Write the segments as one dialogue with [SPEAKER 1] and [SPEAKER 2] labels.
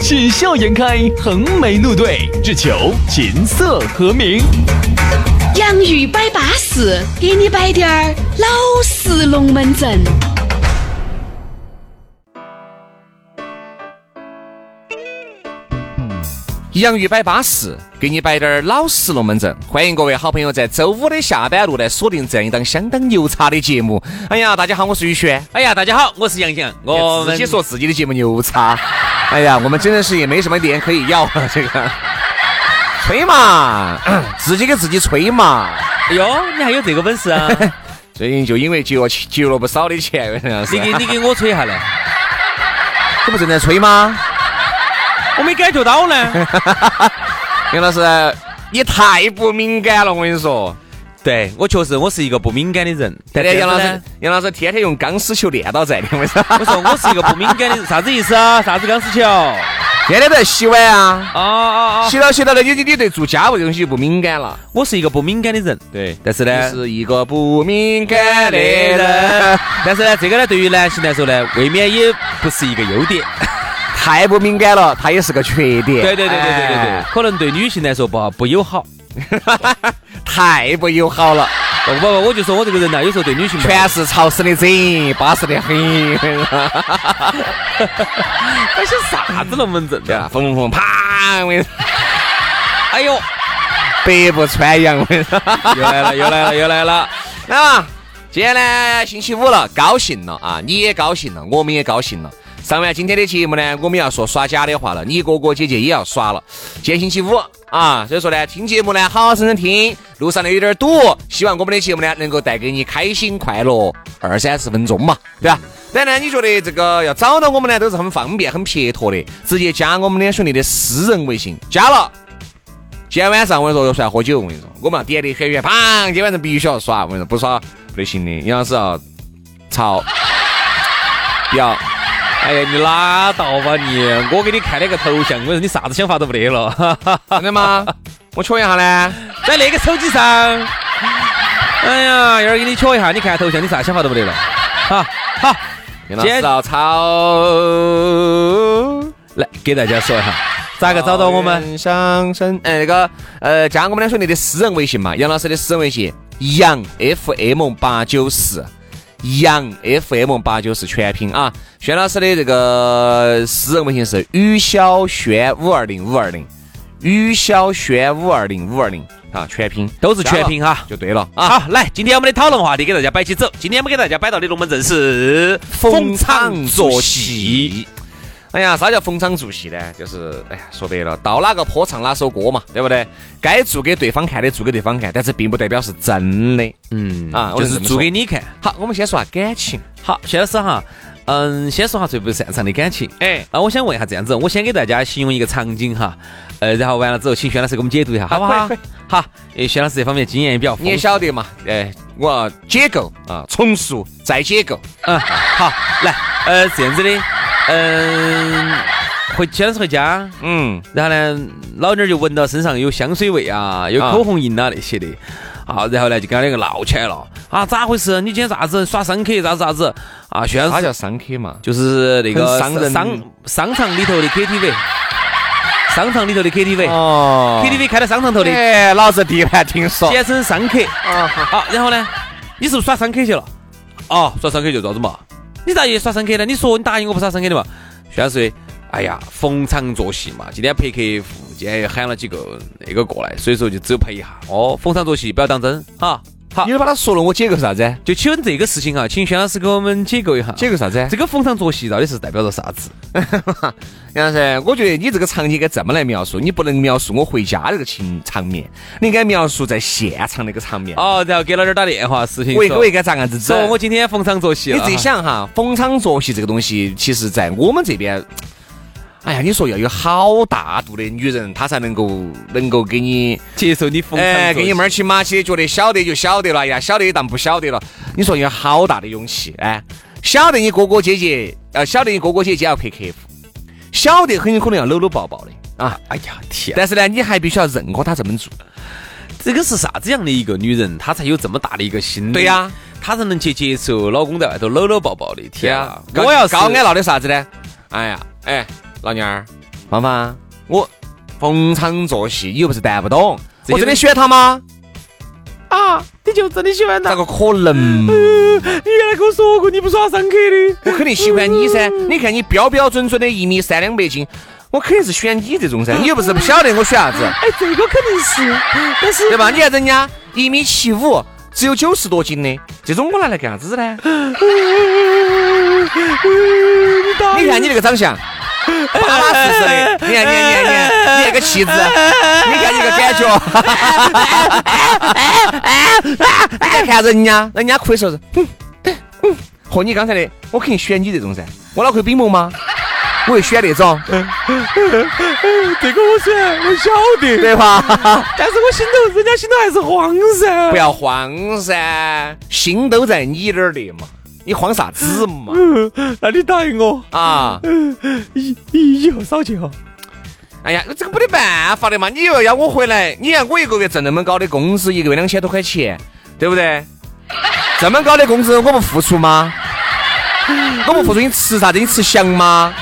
[SPEAKER 1] 喜笑颜开，横眉怒对，只求琴瑟和鸣。
[SPEAKER 2] 洋芋摆巴士，给你摆点儿老式龙门阵。
[SPEAKER 3] 洋芋摆巴适，给你摆点儿老实龙门阵。欢迎各位好朋友在周五的下班路来锁定这样一档相当牛叉的节目。哎呀，大家好，我是宇轩。
[SPEAKER 4] 哎呀，大家好，我是杨洋。我
[SPEAKER 3] 自
[SPEAKER 4] 们
[SPEAKER 3] 己说自己的节目牛叉，哎呀，我们真的是也没什么脸可以要啊， 这个吹嘛， 自己给自己吹嘛。
[SPEAKER 4] 哎呦，你还有这个本 事啊？
[SPEAKER 3] 最近就因为节约节约了不少的钱，杨
[SPEAKER 4] 你给
[SPEAKER 3] 老师
[SPEAKER 4] 你给我吹一下呢，
[SPEAKER 3] 这不正在吹吗？
[SPEAKER 4] 我没感觉到呢。
[SPEAKER 3] 杨老师，你太不敏感了，我跟你说。
[SPEAKER 4] 对我确实我是一个不敏感的人， 但
[SPEAKER 3] 但
[SPEAKER 4] 是
[SPEAKER 3] 杨老师
[SPEAKER 4] 呢，，
[SPEAKER 3] 杨老师天天用钢丝球练到在的，为啥？
[SPEAKER 4] 我说我是一个不敏感的 人，啥子意思啊？啥子钢丝球？哦
[SPEAKER 3] 天天都在洗碗啊。
[SPEAKER 4] 哦哦，
[SPEAKER 3] 洗到洗到了，你你你对做家务这东西就不敏感了。
[SPEAKER 4] 我是一个不敏感的人。对，但是
[SPEAKER 3] 你
[SPEAKER 4] 呢，
[SPEAKER 3] 是一个不敏感
[SPEAKER 4] 感
[SPEAKER 3] 的
[SPEAKER 4] 的
[SPEAKER 3] 人
[SPEAKER 4] 人， 但是呢，这个呢，对于男性来说呢，未免也不是一个优点。
[SPEAKER 3] 太不敏感了，它也是个缺 点。
[SPEAKER 4] 对对对对对对对
[SPEAKER 3] 哎，，
[SPEAKER 4] 可能对女性来说不好不友好。
[SPEAKER 3] 太不友好了，
[SPEAKER 4] 不不不，我就说我这个人呢，有时 候对女性不好
[SPEAKER 3] 全是潮湿的整，巴适的很。
[SPEAKER 4] 那些啥子龙门阵
[SPEAKER 3] 对
[SPEAKER 4] 的
[SPEAKER 3] 啊，？缝缝缝，啪，我 跟你说
[SPEAKER 4] 哎呦，
[SPEAKER 3] 百步穿 杨。我跟你说
[SPEAKER 4] 又来 了又来了又来了。
[SPEAKER 3] 来嘛，今天呢星期五了，高兴了啊！你也高兴了，我们也高兴了。上完今天的节目呢，我们要说耍假的话了，你哥哥姐姐也要耍了。今天星期五啊，所以说呢，听节目呢，好好生生听。路上呢有点堵，希望我们的节目呢能够带给你开心快乐二三十分钟嘛，对吧？当然呢，你觉得这个要找到我们呢，都是很方便、很撇脱的，直接加我们两兄弟的私人微信，加了。今天晚上我跟你说又出来喝酒，我跟你说，我们要点的很远，砰！今天晚上必须要耍，我跟你说，不耍不得行的。杨老师要操，要
[SPEAKER 4] 哎呀，你拉倒吧你！我给你看了个头像，我说你啥子想法都没得了。 哈哈哈
[SPEAKER 3] 真的吗？我瞧一下呢，
[SPEAKER 4] 在那个手机上，哎呀，一会儿给你瞧一下，你看头像，你啥想法都没得了。 好，好，
[SPEAKER 3] 杨老师要操。
[SPEAKER 4] 来给大家说一下，咋个找到我们？？
[SPEAKER 3] 上升，哎，那个，呃，加我们两兄弟的私人微信嘛，杨老师的私人微信，杨 FM 八九四，杨 FM 八九四全拼啊。轩老师的这个私人微信是于小轩五二零五二零，于小轩五二零五二零啊，全拼
[SPEAKER 4] 都是全拼哈。
[SPEAKER 3] 就对了啊。
[SPEAKER 4] 好，来，今天我们的讨论话题给大家摆起走。今天我们给大家摆到的龙门阵是
[SPEAKER 3] 逢场作戏。哎呀，啥叫逢场作戏呢？就是哎呀，说白了，到哪个坡唱哪首歌嘛，对不对？该做给对方看的做给对方看，但是并不代表是真的。
[SPEAKER 4] 嗯
[SPEAKER 3] 啊
[SPEAKER 4] 啊，
[SPEAKER 3] 我
[SPEAKER 4] 就是是
[SPEAKER 3] 这么
[SPEAKER 4] 做
[SPEAKER 3] 说
[SPEAKER 4] 给你看。
[SPEAKER 3] 好，我们先说下感情。
[SPEAKER 4] 好，薛老师哈，嗯，先说下最不擅长的感情。
[SPEAKER 3] 哎，
[SPEAKER 4] 啊，我想问一下这样子，我先给大家形容一个场景哈，呃，然后完了之后，请薛老师给我们解读一下，好不好
[SPEAKER 3] 可以？
[SPEAKER 4] 好，因为薛老师这方面经验也比较丰
[SPEAKER 3] 你也
[SPEAKER 4] 富。
[SPEAKER 3] 晓得嘛？哎，我要解构啊，重塑再解构。
[SPEAKER 4] 嗯，好，来，呃，这样子的，嗯、回薛老师回家，
[SPEAKER 3] 嗯，
[SPEAKER 4] 然后呢，老妞儿就闻到身上有香水味啊，有
[SPEAKER 3] 啊
[SPEAKER 4] 口红印啊那些的，啊，然后呢就跟他两个闹起来了，啊，咋回事？你今天啥子耍商客？啥子啥子？啊，薛老
[SPEAKER 3] 他
[SPEAKER 4] 师
[SPEAKER 3] 叫商客嘛？
[SPEAKER 4] 就是那个
[SPEAKER 3] 很伤人
[SPEAKER 4] 商商场里头的 KTV，商场里头的 KTV。
[SPEAKER 3] 哦
[SPEAKER 4] KTV 开到商场头的，
[SPEAKER 3] 哎，老子地盘听说。
[SPEAKER 4] 简称商客。哦啊好，然后呢，你是不是耍商客去了？哦，耍商客就咋子嘛？你咋又耍商客呢？你说你答应我不耍商客的嘛？薛老师，哎呀，逢场作戏嘛，今天陪客户，今天又喊了几个那个过来，所以说就只有陪一下。哦，逢场作戏，不要当真哈。好
[SPEAKER 3] 啊你，都把他说了，我解构啥子？
[SPEAKER 4] 就请这个事情啊，请薛老师给我们解构一下。
[SPEAKER 3] 解构啥子？
[SPEAKER 4] 这个逢场作戏到底是代表着啥子？
[SPEAKER 3] 杨老师，我觉得你这个场景应该这么来描述，你不能描述我回家这个情场面，你应该描述在现场那个场面。
[SPEAKER 4] 哦，然后给老点儿打电话，事情
[SPEAKER 3] 我
[SPEAKER 4] 说
[SPEAKER 3] 我应该咋样子走
[SPEAKER 4] 说？我今天逢场作戏
[SPEAKER 3] 你
[SPEAKER 4] 了。
[SPEAKER 3] 自己，想哈，逢场作戏这个东西，其实在我们这边，哎呀，你说要有好大度的女人，她才能够能够给你，
[SPEAKER 4] 接受你逢场
[SPEAKER 3] 哎，
[SPEAKER 4] 作
[SPEAKER 3] 给你
[SPEAKER 4] 戏
[SPEAKER 3] 猫儿起马起的，觉得晓得就晓得了，哎呀，晓得也当不晓得了。你说要好大的勇气，哎，晓得你哥哥姐姐，呃，晓得你哥哥姐姐要陪客户，晓得很有可能要搂搂抱抱的啊，
[SPEAKER 4] 哎呀天，
[SPEAKER 3] 但是呢，你还必须要认可他这么做。
[SPEAKER 4] 这个是啥子样的一个女人，她才有这么大的一个心理？
[SPEAKER 3] 对呀
[SPEAKER 4] 她才能去接受老公在外头搂搂抱抱的。
[SPEAKER 3] 对
[SPEAKER 4] 天
[SPEAKER 3] 啊
[SPEAKER 4] 啊，，
[SPEAKER 3] 我
[SPEAKER 4] 我
[SPEAKER 3] 要
[SPEAKER 4] 要是
[SPEAKER 3] 是高安闹的啥子呢？哎呀，哎，老娘儿，芳芳，我逢场作戏，你又不是谈不懂，
[SPEAKER 4] 这
[SPEAKER 3] 我
[SPEAKER 4] 些
[SPEAKER 3] 真的
[SPEAKER 4] 东
[SPEAKER 3] 喜欢他吗？
[SPEAKER 4] 啊，你就真的喜欢
[SPEAKER 3] 咋
[SPEAKER 4] 她？
[SPEAKER 3] 个可能？
[SPEAKER 4] 嗯你原来跟我说过你不耍商客的，
[SPEAKER 3] 我肯定喜欢你噻！
[SPEAKER 4] 嗯
[SPEAKER 3] 你看你标标准准的一米三两百斤，我肯定是选你这种
[SPEAKER 4] 嗯
[SPEAKER 3] 噻。你又不是不晓得我选啥子，
[SPEAKER 2] 哎，这个肯定是，但是
[SPEAKER 3] 对吧？你看人家一米七五，只有九十多斤的，这种我拿来干啥子呢？你看你这个长相，巴巴适适的，你看你看你看你看你那个气质，你看你个感觉，你看看人家，人家可以说是，嗯嗯，和你刚才的，我肯定选你这种噻，我脑壳有冰蒙吗？我会选那种，
[SPEAKER 4] 这个我选，我晓得，
[SPEAKER 3] 对吧？
[SPEAKER 4] 但是我心头人家心头还是慌噻。
[SPEAKER 3] 不要慌噻，心都在你那儿的嘛，你慌啥子嘛？
[SPEAKER 4] 要， 那你答应我，
[SPEAKER 3] 啊，
[SPEAKER 4] 以以以后少去哈。
[SPEAKER 3] 哎呀，这个没得办法的嘛，你又要我回来，你看我一个月挣那么高的工资，一个月两千多块钱，对不对？这么高的工资我不付出吗？我不付出，你吃啥子？你吃翔吗？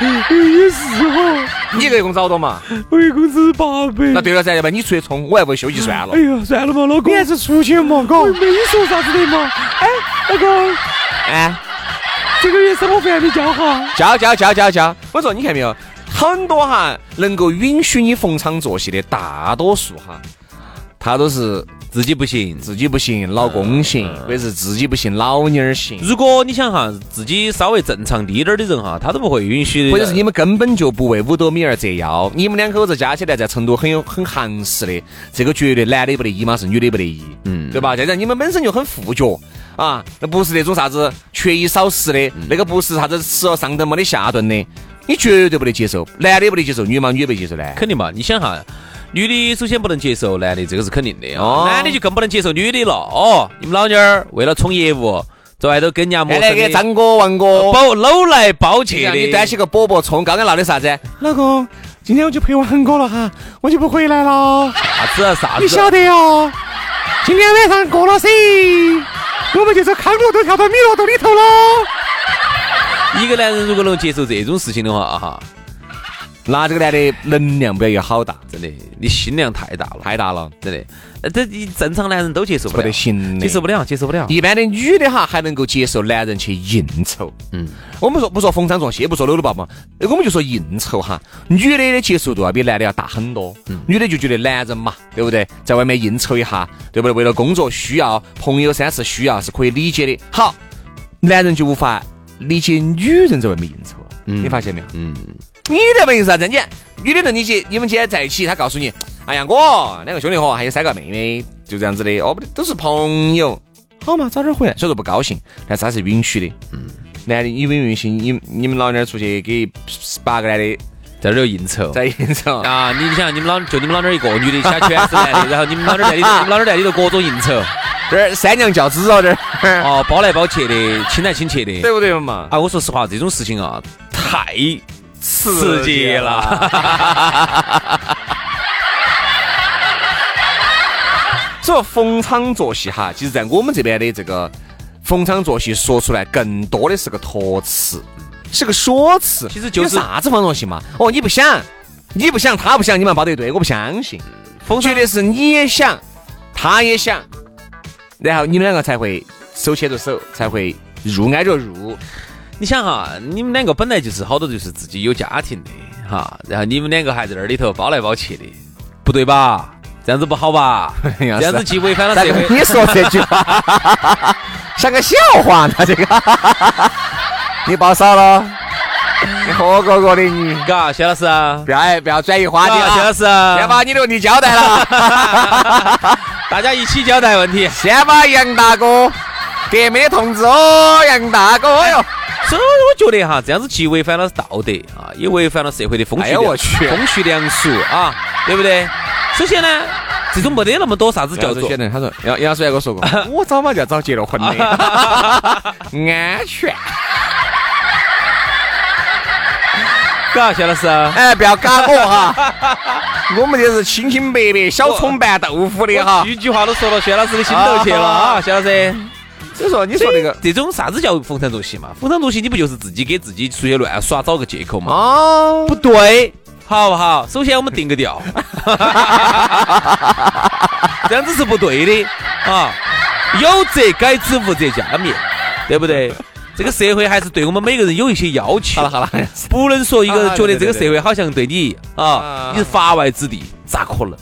[SPEAKER 4] 也是哈，
[SPEAKER 3] 你一个月工资好多嘛？
[SPEAKER 4] 哦我月工资八百。
[SPEAKER 3] 那对了噻，要不然你出去冲，我还不休息算了
[SPEAKER 4] 哎。呀，算了嘛，老公，你还是出去嘛，哥。我没说啥子的嘛。哎，老公，
[SPEAKER 3] 哎，
[SPEAKER 4] 这个月生活费还没交哈。
[SPEAKER 3] 交交交交交！我说你看没有，很多哈能够允许你逢场作戏的，大多数哈，他都是
[SPEAKER 4] 自己不行。
[SPEAKER 3] 自己不行，老公行，或者是自己不行，老妞儿行，
[SPEAKER 4] 如果你想哈，自己稍微正常低点儿的人哈，他都不会允许的。
[SPEAKER 3] 或者是你们根本就不为五斗米而折腰，你们两口子加起来在成都很有很行实的，这个绝对男的不得一嘛，是女的不得一，嗯，对吧？再然你们本身就很富脚啊，那不是那种啥子缺衣少食的，那个不是啥子吃了上顿没得下顿的，你绝对不得接受，男的不得接受，女嘛女也不得接受呢。
[SPEAKER 4] 肯定嘛？你想哈，女的首先不能接受男的，这个是肯定的哦。
[SPEAKER 3] 哦
[SPEAKER 4] 男的就更不能接受女的了。哦，你们老妞儿为了冲业务，在外头跟人家陌
[SPEAKER 3] 来
[SPEAKER 4] 生
[SPEAKER 3] 来给
[SPEAKER 4] 的
[SPEAKER 3] 哎张哥、王哥，
[SPEAKER 4] 包搂来包去
[SPEAKER 3] 让
[SPEAKER 4] 的，
[SPEAKER 3] 你端起个饽饽冲，刚刚闹的啥子？
[SPEAKER 5] 老公，今天我就陪王哥了哈，我就不回来了，
[SPEAKER 4] 啥子啊啥
[SPEAKER 5] 你
[SPEAKER 4] 子啊？
[SPEAKER 5] 晓得哟。今天晚上过了噻，我们就是康乐豆跳到米乐豆里头喽。
[SPEAKER 4] 一个男人如果能接受这种事情的话，啊哈，
[SPEAKER 3] 那这个男的能量不要有好大，
[SPEAKER 4] 真的，你心量太大了，
[SPEAKER 3] 太大了，
[SPEAKER 4] 真的。呃这一正常男人都接受不
[SPEAKER 3] 不
[SPEAKER 4] 了，
[SPEAKER 3] 得行的
[SPEAKER 4] 接受不了，接受不了。
[SPEAKER 3] 一般的女的哈还能够接受男人去应酬，嗯，我们说不说逢场作戏，也不说搂搂抱抱，我们就说应酬哈，女的的接受度要啊比男的要大很多，
[SPEAKER 4] 嗯
[SPEAKER 3] 女的就觉得男人嘛，对不对，在外面应酬一下，对不对？为了工作需要，朋友三四需要是可以理解的。好，男人就无法理解女人在外面应酬了，啊你发现没有？
[SPEAKER 4] 嗯，
[SPEAKER 3] 你在问啥子？你看女的能理解，你们今天在一起，她告诉你，哎呀，我两个兄弟伙，还有三个妹妹，就这样子的，哦，不对，都是朋友，好嘛，早点回来。虽然说不高兴，但是她是允许的。嗯，男的你允不允许你你们老娘儿出去给八个男的
[SPEAKER 4] 在这儿应酬。
[SPEAKER 3] 在应酬？
[SPEAKER 4] 啊！你想，你们老就你们老妞儿一个女的，其他全是男的，然后你们老妞儿在里头，你们老妞儿在里头各种应酬，
[SPEAKER 3] 这儿三娘教子哦，这儿，
[SPEAKER 4] 哦，包来包去的，亲来亲去的，
[SPEAKER 3] 对不对嘛？
[SPEAKER 4] 啊，我说实话，这种事情啊，太
[SPEAKER 3] 刺激了。所以逢场作戏哈，其实在我们这边的这个逢场作戏说出来，更多的是个托词，是个说辞。
[SPEAKER 4] 其实就是
[SPEAKER 3] 有啥子逢场作戏嘛？哦，你不想，你不想，他不想，你们抱得一堆，我不相信。风绝对是你也想，他也想，然后你们两个才会手牵着手，才会入挨着入。
[SPEAKER 4] 你想哈，你们两个本来就是好多就是自己有家庭的哈，然后你们两个还在那里头包来包去的，不对吧？这样子不好吧？
[SPEAKER 3] 哎
[SPEAKER 4] 这
[SPEAKER 3] 呀
[SPEAKER 4] 样
[SPEAKER 3] 是
[SPEAKER 4] 子既违反了
[SPEAKER 3] 大
[SPEAKER 4] 社
[SPEAKER 3] 哥
[SPEAKER 4] 会，
[SPEAKER 3] 你说这句话 像个笑话呢，这个你报少了，你喝哥哥的你，
[SPEAKER 4] 嘎，薛老师啊，
[SPEAKER 3] 不要不要转移话题
[SPEAKER 4] 薛老
[SPEAKER 3] 了，
[SPEAKER 4] 师啊，
[SPEAKER 3] 先把你的问题交代了，
[SPEAKER 4] 大家一起交代问题。
[SPEAKER 3] 先把杨大哥。革命同志哦，杨大哥哟，
[SPEAKER 4] 所以我觉得哈，这样子既违反了道德啊，也违反了社会的风
[SPEAKER 3] 哎
[SPEAKER 4] 序
[SPEAKER 3] 呀
[SPEAKER 4] 良、
[SPEAKER 3] 我去
[SPEAKER 4] 风序良俗啊，对不对？首先呢，这种没得那么多啥子叫
[SPEAKER 3] 叫
[SPEAKER 4] 做
[SPEAKER 3] 做他说杨杨老师还跟我说过，我早嘛就要找结了婚的，安全。
[SPEAKER 4] 嘎，薛老师，
[SPEAKER 3] 哎，不要嘎我哈，我们这是清清白白小葱拌豆腐的哈。
[SPEAKER 4] 一句话都说到薛老师的心头去了啊，薛老师。
[SPEAKER 3] 所以说你说那个
[SPEAKER 4] 这种啥子叫逢场作戏嘛？逢场作戏，你不就是自己给自己出去乱啊耍找个借口嘛？
[SPEAKER 3] 哦，
[SPEAKER 4] 不对，好不好？首先我们定个调， 这样子是不对的啊！有则改之，无则加勉，对不对？这个社会还是对我们每个人有一些要求。
[SPEAKER 3] 好了好了，
[SPEAKER 4] 不能说一个人
[SPEAKER 3] 啊
[SPEAKER 4] 觉得这
[SPEAKER 3] 对对
[SPEAKER 4] 个
[SPEAKER 3] 对
[SPEAKER 4] 社会好像对你啊
[SPEAKER 3] 啊，
[SPEAKER 4] 你是法外之地，咋可能？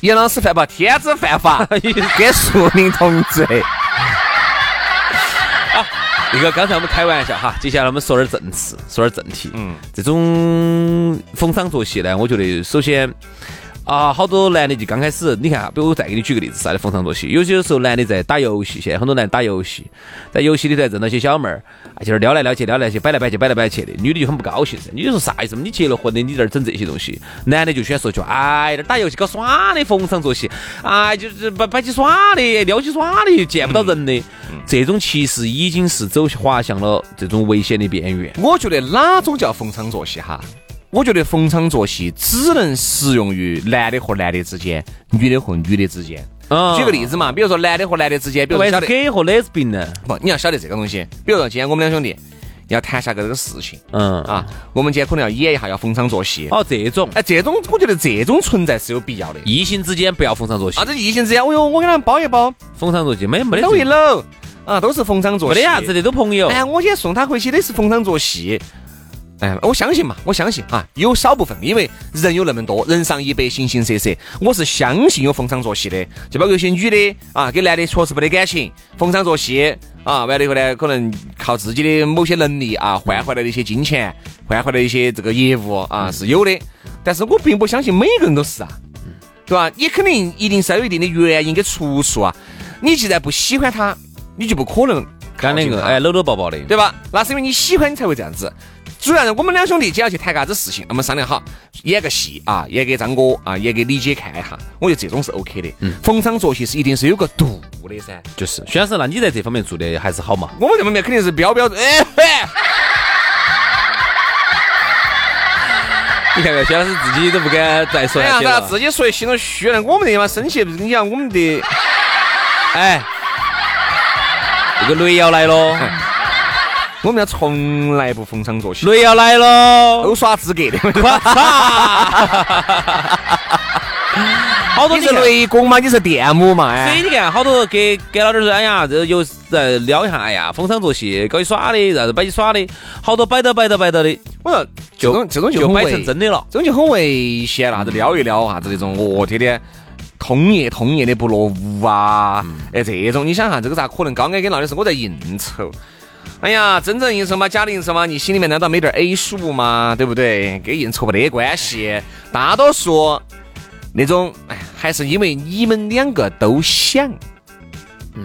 [SPEAKER 3] 严老师犯不天子犯法，跟庶民同罪。
[SPEAKER 4] 那个刚才我们开玩笑哈，接下来我们说点正事，说点正题。
[SPEAKER 3] 嗯
[SPEAKER 4] 嗯，这种逢场作戏呢，我觉得首先啊，好多男的就刚开始，你看，比如我再给你举个例子，啥的逢场作戏，有些时候男的在打游戏，现在很多男的打游戏，在游戏里头还认到一些小妹儿，啊，就是撩来撩去，撩来去，摆来摆去，摆来摆去的，女的就很不高兴噻。女的说啥意思嘛？你结了婚的，你在这儿整这些东西，男的就喜欢说一句，哎，这儿打游戏搞耍的，逢场作戏，哎，就是摆摆起耍的，撩起耍的，见不到人的，这种其实已经是走滑向了这种危险的边缘。
[SPEAKER 3] 我觉得哪种叫逢场作戏哈？我觉得逢场作戏只能适用于男的和男的之间，女的和女的之间。
[SPEAKER 4] 啊
[SPEAKER 3] 举个例子嘛，比如说男的和男的之间，比如说
[SPEAKER 4] 万一
[SPEAKER 3] 晓
[SPEAKER 4] 是
[SPEAKER 3] 得
[SPEAKER 4] gay 和 lesbian 呢？
[SPEAKER 3] 不，你要晓得这个东西。比如说今天我们两兄弟要谈下个这个事情
[SPEAKER 4] 嗯啊，
[SPEAKER 3] 啊，我们今天可能要演一下，要逢场作戏。
[SPEAKER 4] 哦，这种
[SPEAKER 3] 哎，这种我觉得这种存在是有必要的。
[SPEAKER 4] 异性之间不要逢场作戏
[SPEAKER 3] 啊，，这异性之间，哦哟，我给他们包一包，
[SPEAKER 4] 逢场作戏没没得
[SPEAKER 3] 搂一
[SPEAKER 4] 这种
[SPEAKER 3] 搂，啊，都是逢场作
[SPEAKER 4] 没
[SPEAKER 3] 戏，
[SPEAKER 4] 得啥子。的，都朋友
[SPEAKER 3] 哎。呀，我今天送他回去的是逢场作戏。哎，我相信嘛，我相信啊，有少部分，因为人有那么多，人上一百，形形色色，我是相信有逢场作戏的，就包括有些女的啊，跟男的确实没得感情，逢场作戏啊，完了以后呢，可能靠自己的某些能力啊，换回来的一些金钱，换回来的一些这个业务啊，是有的，但是我并不相信每个人都是啊，对吧？你肯定一定是要有一定的原因跟出处啊，你既然不喜欢他，你就不可能
[SPEAKER 4] 干两
[SPEAKER 3] 靠近
[SPEAKER 4] 个
[SPEAKER 3] 他
[SPEAKER 4] 哎，搂搂抱抱的，
[SPEAKER 3] 对吧？那是因为你喜欢你才会这样子。主要是我们两兄弟今天要去谈个啥子事情，我们商量好，演个戏啊，演给张哥啊，演给李姐看一下。我觉得这种是 OK 的。
[SPEAKER 4] 嗯
[SPEAKER 3] 逢场作戏是一定是有个度的噻。
[SPEAKER 4] 就是。薛老师，那你在这方面做的还是好嘛？
[SPEAKER 3] 我们这方面肯定是标标准，哎嘿，
[SPEAKER 4] 你看看，薛老师自己都不敢再说
[SPEAKER 3] 哎
[SPEAKER 4] 下
[SPEAKER 3] 呀，
[SPEAKER 4] 去
[SPEAKER 3] 大家
[SPEAKER 4] 了。
[SPEAKER 3] 自己说的心头虚了。我们这嘛生气，你看我们的，
[SPEAKER 4] 哎，这个雷要来 喽，
[SPEAKER 3] 我们要从来不逢场作戏，
[SPEAKER 4] 雷要来喽！
[SPEAKER 3] 都耍资格的。
[SPEAKER 4] 我操！ 好多
[SPEAKER 3] 你是
[SPEAKER 4] 看
[SPEAKER 3] 雷公嘛，你是电母嘛，
[SPEAKER 4] 所以
[SPEAKER 3] 哎，
[SPEAKER 4] 你看，好多给给老点说，哎呀，这又在撩一下，哎呀，逢场作戏，搞一耍的，啥子摆起耍的，好多摆到摆到摆到的，
[SPEAKER 3] 我说这种这种就
[SPEAKER 4] 就
[SPEAKER 3] 很
[SPEAKER 4] 摆
[SPEAKER 3] 违
[SPEAKER 4] 成真的了。
[SPEAKER 3] 这种就很危险了，啥子撩一撩啥子那种，哦，天天通夜通夜的不落伍啊，哎，这种你想哈，这个咋可能？刚刚跟老的是我在应酬。哎呀，真正应酬嘛，假的应酬嘛，你心里面难道没点 A 数吗？对不对？跟应酬没得关系。大多数那种，哎，还是因为你们两个都想，嗯，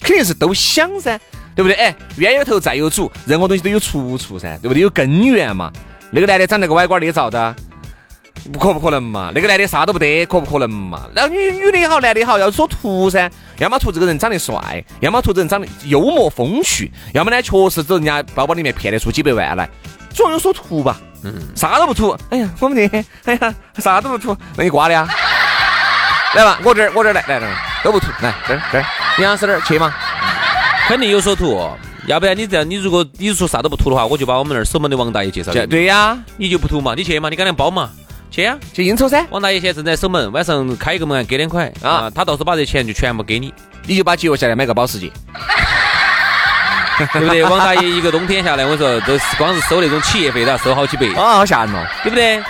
[SPEAKER 3] 肯定是都想噻，对不对？哎，冤有头债有主，任何东西都有出处噻，对不对？有根源嘛。那个男的长那个歪瓜裂枣的，不可不可能嘛？那个男的啥都不得，可不可能嘛？然后女女的也好，男的也好，要说图噻，要么图这个人长得帅，要么图这个人长得幽默风趣，要么呢确实走人家包包里面骗得出几百万来，总有所图吧？嗯，啥都不图，哎呀，我们这，哎呀，啥都不图，那你瓜的呀？来吧，我这儿，我这儿来来来，都不图，来这儿这儿，杨老师这儿去嘛？
[SPEAKER 4] 肯定有所图哦，要不然你这样，你如果你说啥都不图的话，我就把我们那儿守门的王大爷介绍给
[SPEAKER 3] 这
[SPEAKER 4] 你，
[SPEAKER 3] 对呀，
[SPEAKER 4] 你就不图嘛，你去嘛，你赶紧包嘛，去呀、
[SPEAKER 3] 去应酬噻，
[SPEAKER 4] 王大爷现在正在守门，晚上开一个门给两块
[SPEAKER 3] 啊
[SPEAKER 4] 啊，他到时候把这钱就全部给你，
[SPEAKER 3] 你就把节约下来买个保时捷。
[SPEAKER 4] 对不对？ 王大爷一个冬天下来，我跟你说都是光是收那种企业费都要收好几百，
[SPEAKER 3] 啊，好吓人哦！
[SPEAKER 4] 对不对？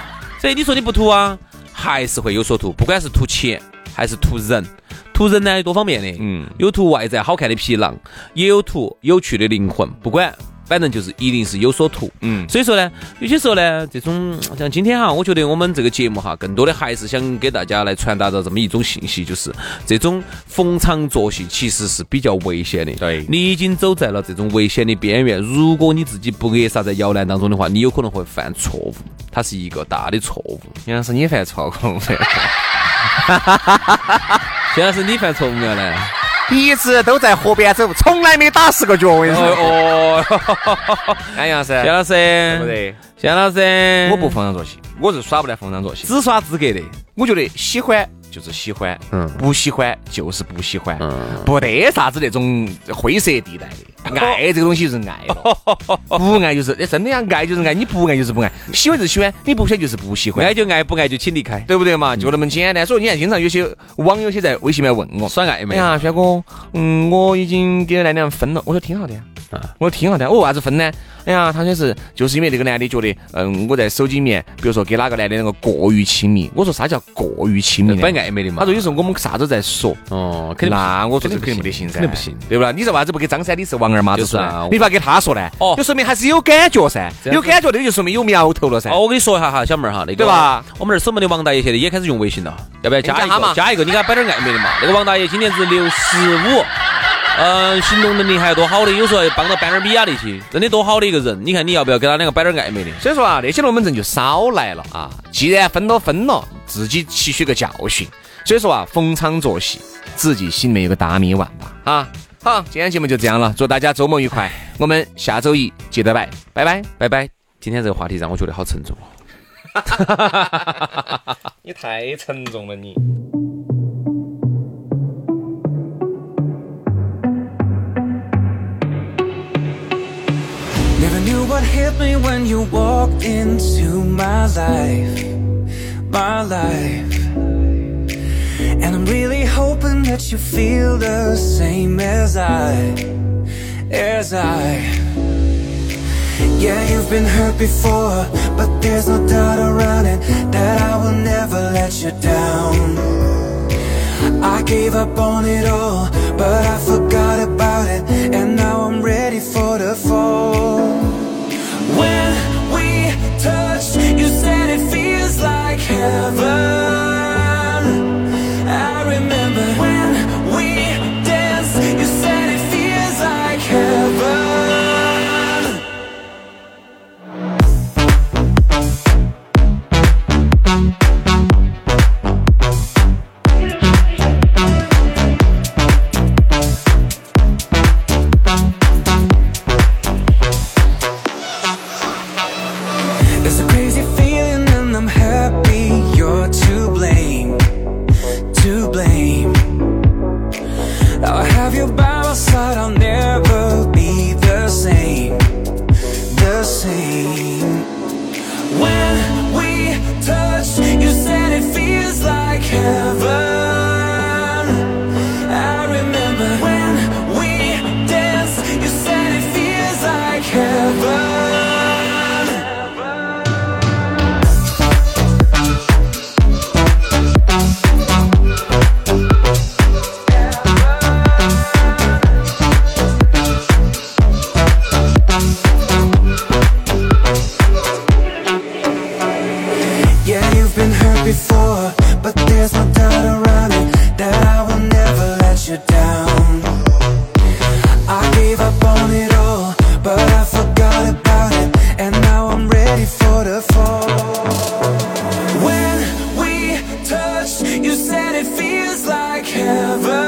[SPEAKER 4] 所以你说你不图啊，还是会有所图，不管是图钱还是图人，图人呢有多方面的，
[SPEAKER 3] 嗯
[SPEAKER 4] 有图外在好看的皮囊，也有图有趣的灵魂，不管反正就是一定是有所图。
[SPEAKER 3] 嗯
[SPEAKER 4] 所以说呢，有些时候呢，这种像今天哈，我觉得我们这个节目哈，更多的还是想给大家来传达到这么一种信息，就是这种逢场作戏其实是比较危险的。
[SPEAKER 3] 对
[SPEAKER 4] 你已经走在了这种危险的边缘，如果你自己不扼杀在摇篮当中的话，你有可能会犯错误，它是一个大的错误。
[SPEAKER 3] 原来是你犯错误，
[SPEAKER 4] 现在是你犯错误了 呢？
[SPEAKER 3] 一直都在河边走，从来没打湿过脚。我跟你说，
[SPEAKER 4] 哦 哦，
[SPEAKER 3] 哎，杨老师，
[SPEAKER 4] 谢老师，
[SPEAKER 3] 对不
[SPEAKER 4] 对？
[SPEAKER 3] 对？
[SPEAKER 4] 谢老师，
[SPEAKER 3] 我不逢场作戏，我是耍不来逢场作戏。
[SPEAKER 4] 只耍资格的，
[SPEAKER 3] 我觉得喜欢就是喜欢，
[SPEAKER 4] 嗯
[SPEAKER 3] 不喜欢就是不喜欢，不得啥子那种灰色地带 的。爱这个东西就是爱了， 不爱就是，哎，真的呀，爱就是爱，你不爱就是不爱，喜欢就是喜欢，你不喜欢就是不喜欢嗯
[SPEAKER 4] 爱，就爱，不爱就请离开。
[SPEAKER 3] 对不对嘛？就那么简单。所以你看，经常有些网友些在微信里面问我，
[SPEAKER 4] 耍暧昧
[SPEAKER 3] 哎呀，轩哥，嗯，我已经给那男的分了，我说挺好的呀，
[SPEAKER 4] 啊
[SPEAKER 3] 我说挺好的呀，我为啥子分呢？哎呀，他说是就是因为这个男的觉得，嗯，我在手机里面，比如说给哪个男的那个过于亲密，我说啥叫过于亲密呢？
[SPEAKER 4] 摆暧昧的嘛
[SPEAKER 3] 他说有时候我们啥都在说。
[SPEAKER 4] 哦，肯定不行
[SPEAKER 3] 那我说这
[SPEAKER 4] 肯
[SPEAKER 3] 肯
[SPEAKER 4] 定
[SPEAKER 3] 定不
[SPEAKER 4] 不
[SPEAKER 3] 得
[SPEAKER 4] 行
[SPEAKER 3] 行噻，
[SPEAKER 4] 肯定不行
[SPEAKER 3] 对不啦？你说为啥子不给张三李四王二麻子
[SPEAKER 4] 就是
[SPEAKER 3] 说
[SPEAKER 4] 啊
[SPEAKER 3] 呢
[SPEAKER 4] 我？
[SPEAKER 3] 你把给他说呢？
[SPEAKER 4] 哦
[SPEAKER 3] 就说明还是有感觉噻，
[SPEAKER 4] 这样子
[SPEAKER 3] 有感觉的就说明有苗头了噻。
[SPEAKER 4] 哦，我跟你说一下哈，小妹儿哈，那个
[SPEAKER 3] 哎对吧？
[SPEAKER 4] 我们那儿守门的王大爷现在也开始用微信了，要不要加
[SPEAKER 3] 你
[SPEAKER 4] 一
[SPEAKER 3] 加他
[SPEAKER 4] 个？
[SPEAKER 3] 嘛
[SPEAKER 4] 加一个，你给他摆点暧昧的嘛。那个王大爷今年是六十五，嗯，行动能力还多好的，有时候还帮到班尔比亚那些，真的多好的一个人。你看你要不要给他两个摆点暧昧的？
[SPEAKER 3] 所以说啊，那些龙门阵就少来了啊！既然分了分了，自己吸取个教训。所以说啊，逢场作戏，自己心里面有个大米碗吧啊！好，今天节目就这样了，祝大家周末愉快，我们下周一接着拜，拜拜。
[SPEAKER 4] 拜拜。今天这个话题让我觉得好沉重哦。
[SPEAKER 3] 你太沉重了你。
[SPEAKER 6] Never knew what hit me when you walked into my life, my life. And I'm really hoping that you feel the same as I, as I. Yeah, you've been hurt before, but there's no doubt around it that I will never let you down. I gave up on it all, but I forgot about it, and now I'm ready for the fall. When we touched, you said it feels like heaven. I remember when we danced, you said it feels like heaven. There's a crazy feeling and I'm happy you're to blame, to blame. I'll have you by my side, I'll never be the same, the same. When we touch, you said it feels like heaven. I remember when we danced, you said it feels like heaven. Yeah, you've been hurt before, but there's no doubt around it that I will never let you down. I gave up on it all, but I forgot about it, and now I'm ready for the fall. When we touched, you said it feels like heaven.